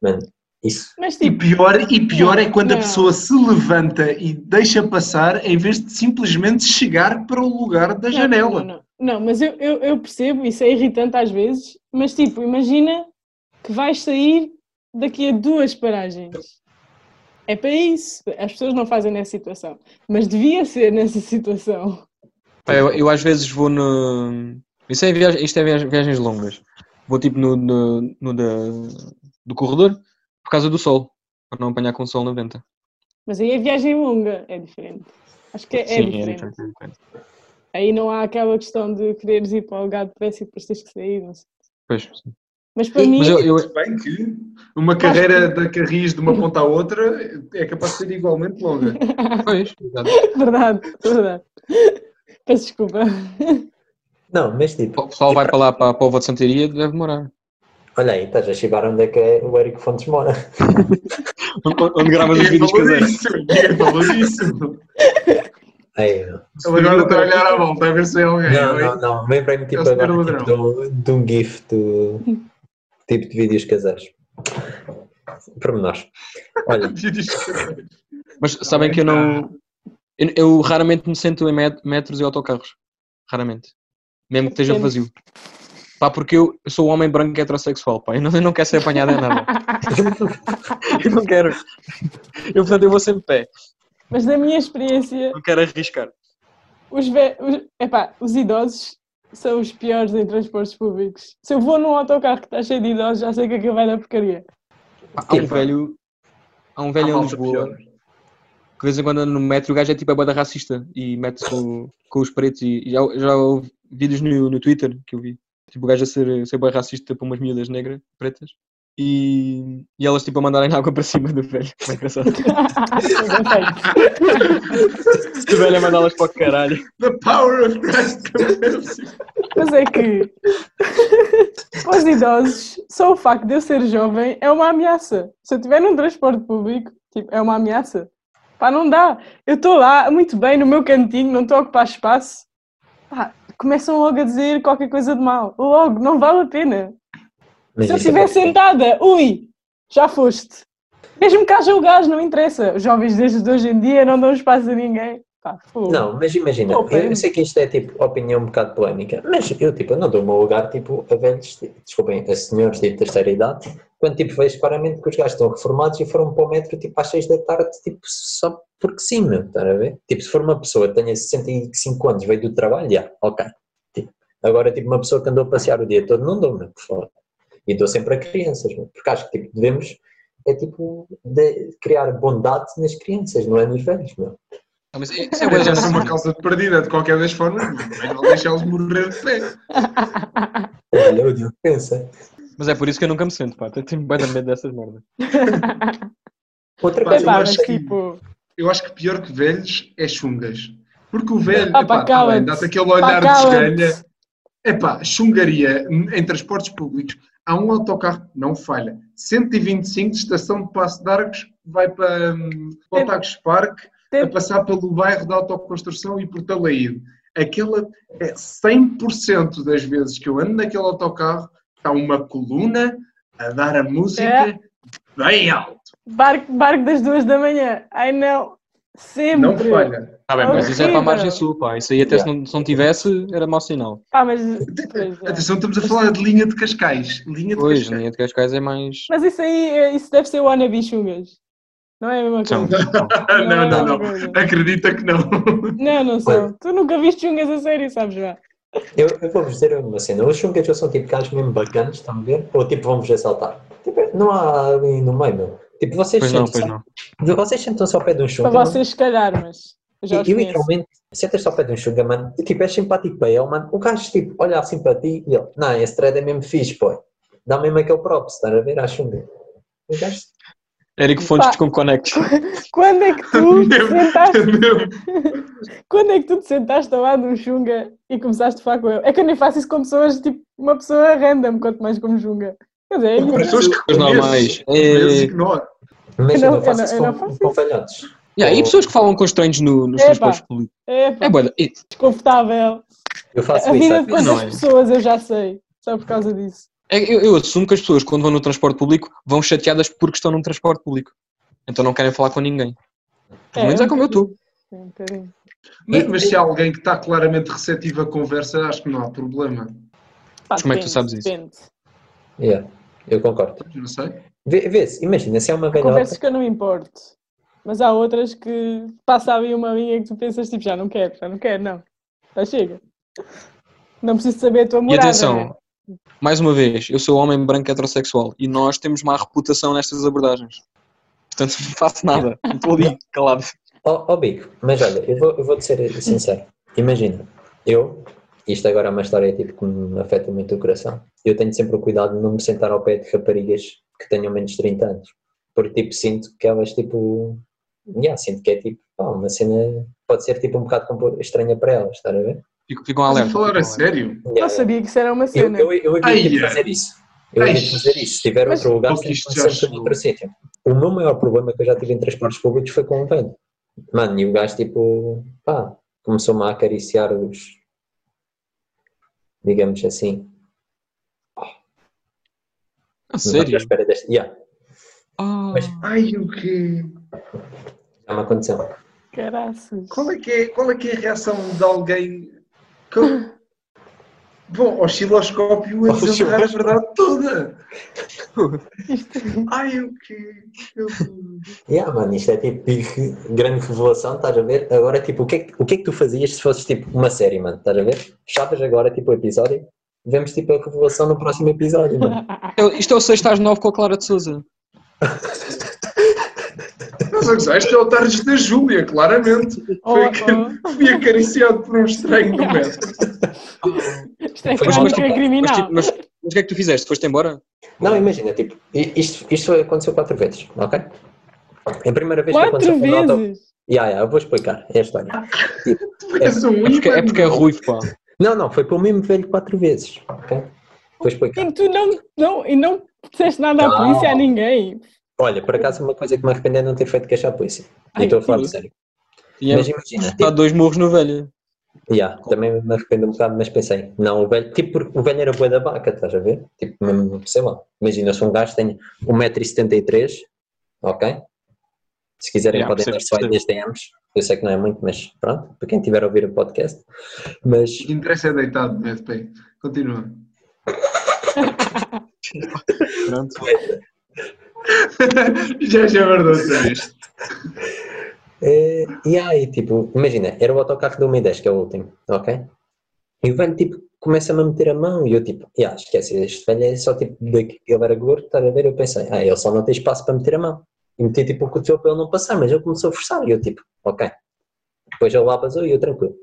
Mano, Isso.
Mas
E
tipo,
pior, e pior é quando a
Não.
pessoa se levanta e deixa passar em vez de simplesmente chegar para o lugar da Tipo,
Não,
janela.
Não, não. Não, mas eu, eu, eu percebo, isso é irritante às vezes, mas tipo, imagina que vais sair daqui a duas paragens. É para isso. As pessoas não fazem nessa situação. Mas devia ser nessa situação.
Pá, Eu, eu às vezes vou no. Isso é viagem, isto é viagem- viagens longas. Vou tipo no, no, no da- do corredor por causa do sol, para não apanhar com o sol na venta.
Mas aí a viagem é longa é diferente. Acho que é, é diferente.
diferente.
Aí não há aquela questão de quereres ir para o lugar depressa e depois tens que sair. Não sei.
Pois.
Mas para mim,
Mas eu, eu-
Se Bem que uma carreira da Carris de uma ponta à outra é capaz de ser igualmente longa.
pois, exato.
verdade, verdade. Peço desculpa.
Não, mas tipo,
O pessoal vai para lá, para a Povo de Santeria, deve demorar.
olha aí, estás a chivar onde é que é o Érico Fontes mora.
Onde gravas os
Ninguém
vídeos
falou
caseiros.
disso, ninguém falou disso.
Aí, não,
Ele agora está a olhar à volta a ver se é alguém.
não, não, não. lembrei-me
É o
tipo,
senhor
agora,
ladrão.
tipo, de, um, de um gif do tipo de vídeos caseiros. Pormenores. Olha,
Mas sabem que eu não. Eu, eu raramente me sento em met- metros e autocarros. Raramente. Mesmo que esteja
Depende.
vazio. Pá, porque eu, eu sou um homem branco heterossexual, pá. Eu não, eu não quero ser apanhado em nada. eu não quero. Eu, portanto, eu vou sempre de pé.
Mas na minha experiência,
Não quero arriscar.
Os, ve... os... Epá, os idosos são os piores em transportes públicos. Se eu vou num autocarro que está cheio de idosos, já sei que aquilo vai dar porcaria.
Pá, há um
Sim, pá.
velho. Há um velho em Lisboa que de vez em quando anda no metro o gajo é tipo a banda racista e mete-se com, com os pretos e e já, já houve vídeos no, no Twitter que eu vi, tipo o gajo a ser, ser bem racista para umas miúdas negras, pretas e, e elas tipo a mandarem água para cima do velho, é engraçado o velho a mandá-las para o caralho
The power of Christ compels you.
Mas é que para os idosos, só o facto de eu ser jovem é uma ameaça. Se eu estiver num transporte público, tipo, é uma ameaça. Pá, não dá. Eu estou lá, muito bem, no meu cantinho, não estou a ocupar espaço. Pá, começam logo a dizer qualquer coisa de mal. Logo, não vale a pena.
mas
Se eu
isso é bom.
estiver sentada, ui, já foste. Mesmo cá o gás, não interessa. Os jovens desde hoje em dia não dão espaço a ninguém. Pá, fogo.
Não, mas imagina,
Opa,
eu
eu-
sei que isto é tipo opinião um bocado polémica, mas eu tipo, eu não dou o meu lugar tipo, a velhos, tipo, desculpem, a senhores de terceira idade, quando tipo vejo claramente que os gajos estão reformados e foram para o metro tipo às seis da tarde, tipo, só porque sim, meu, estás a ver? Tipo, se for uma pessoa que tenha 65 anos, veio do trabalho, já, ok. Tipo, agora tipo uma pessoa que andou a passear o dia todo, não dou, meu, por favor. E dou sempre a crianças, meu, porque acho que tipo, devemos é tipo de criar bondade nas crianças, não é nos velhos, meu.
Ah, mas é- isso é bué
Deve ser
racismo.
uma causa de perdida, de qualquer das formas, mas não deixá-los morrer de pé.
Olha, É, o Diogo pensa.
mas é por isso que eu nunca me sento pá, tenho bem medo dessas merdas
Outra
Pá,
coisa,
eu
Epá,
acho
mas
que-
tipo,
Eu acho que pior que velhos é chungas. Porque o velho,
Ah,
epá,
pá,
tá bem,
cala-te.
dá-te aquele
pá,
olhar de esgalha.
cala-te.
Epá, chungaria em transportes públicos. Há um autocarro, não falha. 125 de estação de Passo de Arcos, vai para, hum, para o
Tem-
Tagus Park, a
tem-
passar pelo bairro da autoconstrução e por Talaíde. Aquela, é 100% das vezes que eu ando naquele autocarro, está uma coluna a dar a
É.
música bem alto.
Barco, barco das duas da manhã. Ai não, sempre.
Não falha.
tá bem, mas isso é para a margem
Horrível.
sul pá. isso aí até se, não, se não tivesse era mau sinal
Pá, mas, pois é.
Atenção, estamos a falar de linha de Cascais. Linha de
pois,
Cascais.
nem de Cascais é mais
Mas isso aí, é- isso deve ser wannabe chungas. Não é a mesma
são,
coisa.
são.
Ah,
é a
não, não,
mesma
não.
coisa.
Acredita que não.
Não, não são. Tu nunca viste chungas a sério, sabes lá.
eu, eu vou-vos dizer uma cena. Os chungas são tipo caras mesmo bacanas, estão a ver? Ou tipo, vamos assaltar. Tipo, não há ali no meio, meu. Tipo, vocês
pois não,
sentam-se
pois não
vocês sentam-se ao pé de um
Para
chunga. mano.
vocês, se calhar, mas. eu Já os
E eu
conheço.
literalmente sentas-te ao pé de um chunga, mano. E tipo, és simpático para ele, mano. O gajo, tipo, olha assim para ti e ele, não, esse thread é mesmo fixe, pô. Dá mesmo aquele props, estás a ver? À chunga. O gajo,
Érico Fontes desconconectes
Quando é que tu te
Mesmo.
sentaste
Mesmo.
Quando é que tu te sentaste ao lado de um Xunga e começaste a falar com ele? É que eu nem faço isso com pessoas, tipo, uma pessoa random, quanto mais como Xunga. Quer dizer, é
Com
isso.
pessoas que
Os normais.
conheces,
é-
conheces, ignora.
mas
Eu
eu
não-
não faço
eu
isso
não- eu
com,
não faço
com velhotes.
Yeah, e pessoas que falam com estranhos no, nos seus
Epá.
postos públicos.
é
É
pá,
boa. E,
desconfortável.
Eu
A
faço isso.
vida
às
de
vezes.
Não,
quantas
é.
pessoas eu já sei, só por causa disso.
É, Eu, eu assumo que as pessoas, quando vão no transporte público, vão chateadas porque estão num transporte público. Então não querem falar com ninguém. Pelo
É,
menos
eu
é como eu estou.
É um bocadinho.
Mas, é- mas se há alguém que está claramente receptivo à conversa, acho que não há problema.
Pá,
Mas como é que tu
depende,
sabes isso?
Depende.
Yeah, eu concordo.
Não sei.
Vê- Vê-se, imagina, se é uma
Há
velhota.
conversas que eu não me importo. Mas há outras que passa ali uma linha que tu pensas tipo, já não quero, já não quero, não. Já chega. Não preciso saber a tua
E
morada. né?
atenção, mais uma vez, eu sou homem branco heterossexual e nós temos má reputação nestas abordagens. Portanto, não faço nada. Estou ali, calado.
Ó ó, Bico, mas olha, eu vou, eu vou te ser sincero. Imagina, eu, isto agora é uma história tipo, que me afeta muito o coração. Eu tenho sempre o cuidado de não me sentar ao pé de raparigas que tenham menos de 30 anos. Porque tipo, sinto que elas tipo. Yeah, sinto que é tipo pá, uma cena. Pode ser tipo um bocado compo- estranha para elas, estás a ver?
Fico- Ficam
Estás a
alerta.
falar
ficam
a
alerta.
sério?
Não sabia que isso era uma
Eu,
cena.
eu, eu evito
Ai,
de fazer isso. é. Eu evito
Ai.
de fazer isso. Se tiver
Mas-
outro lugar,
Porque
sempre
isto já
sempre em outro
chegou.
sítio. O meu maior problema que eu já tive em transportes públicos foi com um velho. Mano, e o gajo, tipo, pá, começou-me a acariciar os. Digamos assim. não estava à
A Ah, sério?
espera deste. Yeah,
Ah,
Mas-
Ai, o quê?
já me aconteceu.
Caraças.
Qual é que é, qual é, que é a reação de alguém que... Bom, osciloscópio a
Osciloscópio.
desenterrar a verdade toda.
Isto-
Ai, o quê? Eu-
Yeah, mano, isto é tipo grande revelação, estás a ver? Agora, tipo, o que, é que, o que é que tu fazias se fosses tipo uma série, mano? Estás a ver? Chaves agora, tipo, o episódio. Vemos tipo a revelação no próximo episódio, mano.
é- isto é o sexto às nove com a Clara de Souza.
Estás a gozar? Isto é o Tardes da Júlia, claramente.
Oh,
Foi que-
oh.
Fui acariciado por um estranho no metro.
Isto é
Mas- mas-
crónica
Mas,
criminal.
tipo, mas- mas o que é que tu fizeste? Foste embora?
Não, imagina, tipo, i- isto, isto aconteceu quatro vezes, ok? É A primeira vez que aconteceu
Quatro
foi no auto...
vezes.
Ya, ya, eu vou explicar, é a história.
Tu és um
É porque é,
ímã.
porque é ruivo, pá.
Não, não, foi para o mesmo velho quatro vezes, ok? Vou explicar.
E tu não, não, e não disseste nada à
Não.
polícia, a ninguém.
Olha, por acaso uma coisa que me arrependo é não ter feito queixar à polícia. E
Ai,
estou a falar
sim.
sério.
Tinha
Mas imagina, tipo,
dado dois morros no velho.
ya, também me arrependo um bocado, mas pensei, não, o velho, tipo, porque o velho era boa da vaca, estás a ver? Tipo, mesmo, sei lá, imagina, eu sou um gajo, tenho 1,73m, ok? Se quiserem
Ya,
podem dar
percebo,
só aí
percebo.
nas DMs, eu sei que não é muito, mas pronto, para quem tiver a ouvir o podcast, mas...
O que interessa é deitado, mete pé. Continua.
Pronto.
já já verdade sabes.
Eh, e aí, tipo, imagina, era o autocarro do 10 que é o último, ok? E o velho, tipo, começa-me a meter a mão e eu, tipo, yeah, esquece, este velho é só, tipo, daqui, ele era gordo, estás a ver? Eu pensei, ah, ele só não tem espaço para meter a mão. E meti, tipo, o cotovelo para ele não passar, mas ele começou a forçar e eu, tipo, ok. Depois ele lá vazou e eu, tranquilo.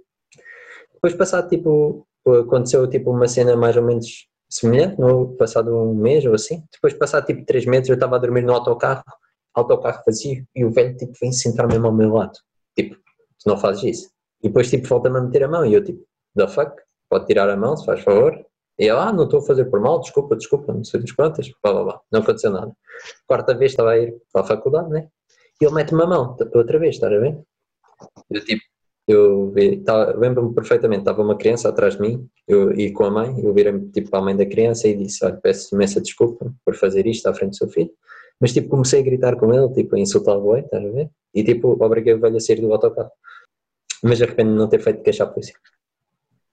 Depois, passado, tipo, aconteceu, tipo, uma cena mais ou menos semelhante, no passado um mês ou assim. Depois, passado, tipo, três meses, eu estava a dormir no autocarro autocarro vazio e o velho tipo vem sentar mesmo ao meu lado. Tipo, tu não fazes isso. E depois tipo volta-me a meter a mão e eu tipo, the fuck, pode tirar a mão se faz favor. E ela, ah, não estou a fazer por mal, desculpa, desculpa, não sei das quantas, blá blá blá, não aconteceu nada. Quarta vez estava a ir para a faculdade, né? E ele mete-me a mão, t- outra vez, estás a ver? Eu tipo, eu vi- tá- lembro-me perfeitamente, estava uma criança atrás de mim eu, e com a mãe, eu virei-me tipo para a mãe da criança e disse, olha, peço imensa desculpa por fazer isto à frente do seu filho. Mas tipo, comecei a gritar com ele, tipo, a insultar o boi, estás a ver? E tipo, obriguei o velho a sair do autocarro. Mas arrependo de não ter feito queixar à polícia.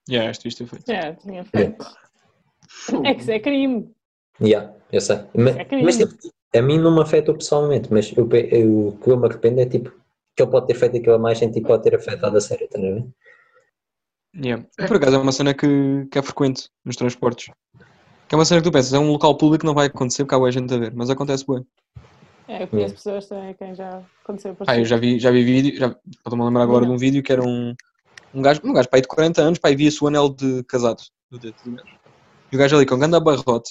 Yeah, isto, isto é feito.
Já, tinha feito. É que isso é crime.
Yeah, eu sei. Mas,
É crime.
mas, tipo, a mim não me afeta pessoalmente, mas eu, pe- eu- o que eu me arrependo é tipo, que ele pode ter feito aquilo a mais sem tipo, pode ter afetado a sério, estás a ver?
Yeah. Por acaso é uma cena que, que é frequente nos transportes. Que é uma cena que tu pensas, é um local público, não vai acontecer porque há boa gente a ver, mas acontece bem.
É, eu conheço pessoas também a quem já aconteceu por
Ah, eu já vi, já vi vídeo, já estou-me a lembrar agora de um vídeo que era um, um gajo, um gajo pai de 40 anos, pai via-se o anel de casado do dedo do gajo. E o gajo ali com um grande abarrote,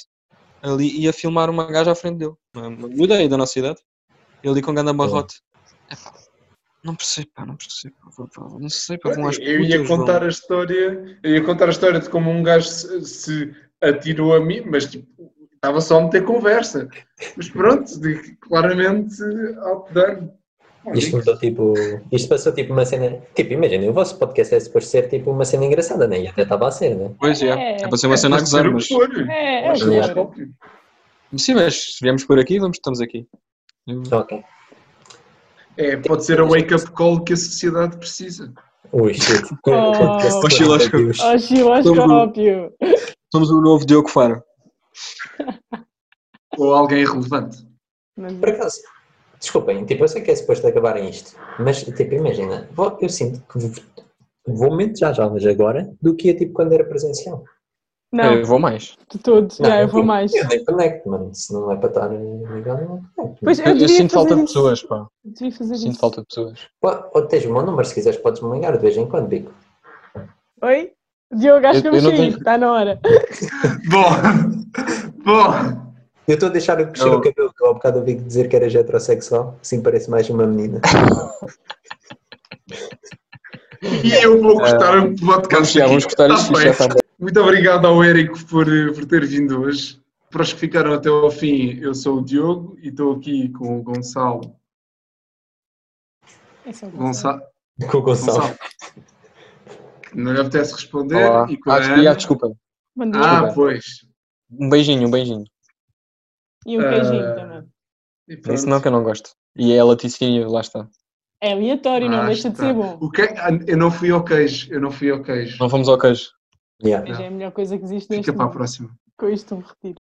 ali ia filmar uma gaja à frente dele. Uma uma miúda aí da nossa idade. E ali com um grande abarrote. Epá, não percebo, pá, não percebo. pá, pá, pá, Não sei, pá, um vão às
Eu ia
putas,
contar
vão.
a história, eu ia contar a história de como um gajo se, se atirou a mim, mas tipo, estava só a meter conversa. Mas pronto, de- claramente alto dano.
Isto mudou tipo. Isto passou tipo uma cena. Tipo, imaginem, o vosso podcast é suposto ser tipo uma cena engraçada, né? E até estava a ser, né?
Pois é.
É.
É, para ser uma cena a
Mas ser o
gozar,
que
mas.
for.
É, é
Mas
o
eu
nós
acho
humor.
próprios.
Sim, mas se viemos por aqui, vamos, estamos aqui. Eu-
Ok.
É, pode ser a wake-up call que a sociedade precisa.
Ui, shit.
Oh.
Podcast
Osciloscópio.
Ó, Osciloscópio.
Somos o novo Diogo Faro.
Ou alguém relevante.
Mas
Por acaso, desculpem, tipo, eu sei que é suposto acabarem isto, mas tipo, imagina, vou- eu sinto que vou- vou menos às aulas agora do que ia tipo quando era presencial.
Não,
É, Eu vou mais.
de todos.
Não,
Já, eu vou
tipo,
mais.
Eu nem conecto, mano. Se não é para estar ligado, não conecto.
Pois eu
Eu,
devia
sinto
fazer
falta de
isso.
pessoas, pá.
Devia fazer
Sinto
isso.
falta de pessoas.
Ou, ou tens o meu número, se quiseres, podes-me ligar de vez em quando, Bico.
Oi? Diogo, acho
Eu-
que vamos
eu não
sair.
tenho-
Está na hora.
Bom, bom.
Eu estou a deixar eu crescer
Eu-
o cabelo, que eu há bocado ouvi dizer que era heterossexual, assim parece mais uma menina.
E eu vou cortar o
É, Vamos,
podcast.
já,
aqui.
vamos cortar
Tá
isto, isto
feito.
já está bom.
Muito obrigado ao Érico por, eh, por ter vindo hoje. Para os que ficaram até ao fim, eu sou o Diogo e estou aqui com o Gonçalo.
É só
Gonçalo.
Com o Gonçalo.
Gonçalo. Não lhe apetece responder.
Olá.
E com a
Ah,
Ana-
e, ah, desculpa.
Bom dia.
Ah,
desculpa.
pois.
Um beijinho, um beijinho.
E um queijinho
ah,
também.
E
Não é
pronto.
Isso não que eu não gosto. E é a laticínio, lá está.
É aleatório, não
Ah,
deixa de
está.
ser bom.
O que... ah, Eu não fui ao queijo. Eu não fui ao queijo.
Não fomos ao queijo.
Yeah.
Mas é a melhor coisa que existe neste
Fica para a
mundo.
próxima.
Com isto um retiro.